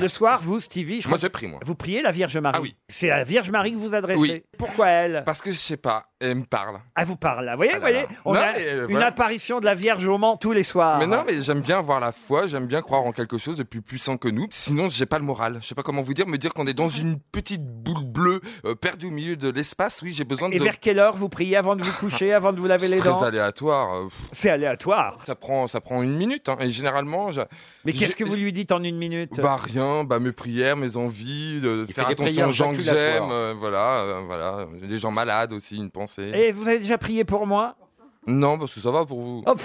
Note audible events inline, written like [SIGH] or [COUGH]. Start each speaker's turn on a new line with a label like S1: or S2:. S1: Le soir, vous, Stevie, je
S2: Moi,
S1: crois-
S2: je prie, moi.
S1: vous priez la Vierge Marie.
S2: Ah oui.
S1: C'est la Vierge Marie que vous adressez.
S2: Oui.
S1: Pourquoi elle
S2: Parce que je sais pas, elle me parle.
S1: Elle vous parle, là. Vous voyez,
S2: Ah là
S1: vous voyez
S2: là.
S1: on
S2: Non,
S1: a
S2: mais, euh,
S1: une
S2: voilà.
S1: apparition de la Vierge au Mans tous les soirs.
S2: Mais non, mais j'aime bien avoir la foi, j'aime bien croire en quelque chose de plus puissant que nous. Sinon, j'ai pas le moral. Je sais pas comment vous dire, me dire qu'on est dans une petite boule bleue euh, perdue au milieu de l'espace. Oui, j'ai besoin
S1: Et
S2: de.
S1: vers quelle heure vous priez avant de vous
S2: [LAUGHS]
S1: coucher, avant de vous laver
S2: C'est
S1: les dents
S2: très aléatoire. euh, pff,
S1: C'est aléatoire.
S2: Ça prend, ça prend une minute. hein. Et généralement, je-
S1: Mais qu'est-ce que
S2: J'ai-
S1: vous lui dites en une minute
S2: bah rien, bah mes prières, mes envies, de
S3: Il
S2: faire
S3: fait des
S2: attention
S3: prières
S2: aux gens que
S3: jaculatoires.
S2: j'aime, euh, voilà, euh, voilà, les gens malades
S1: Eh,
S2: aussi, une pensée.
S1: Et vous avez déjà prié pour moi
S2: Non, parce que ça va pour vous.
S1: Hop.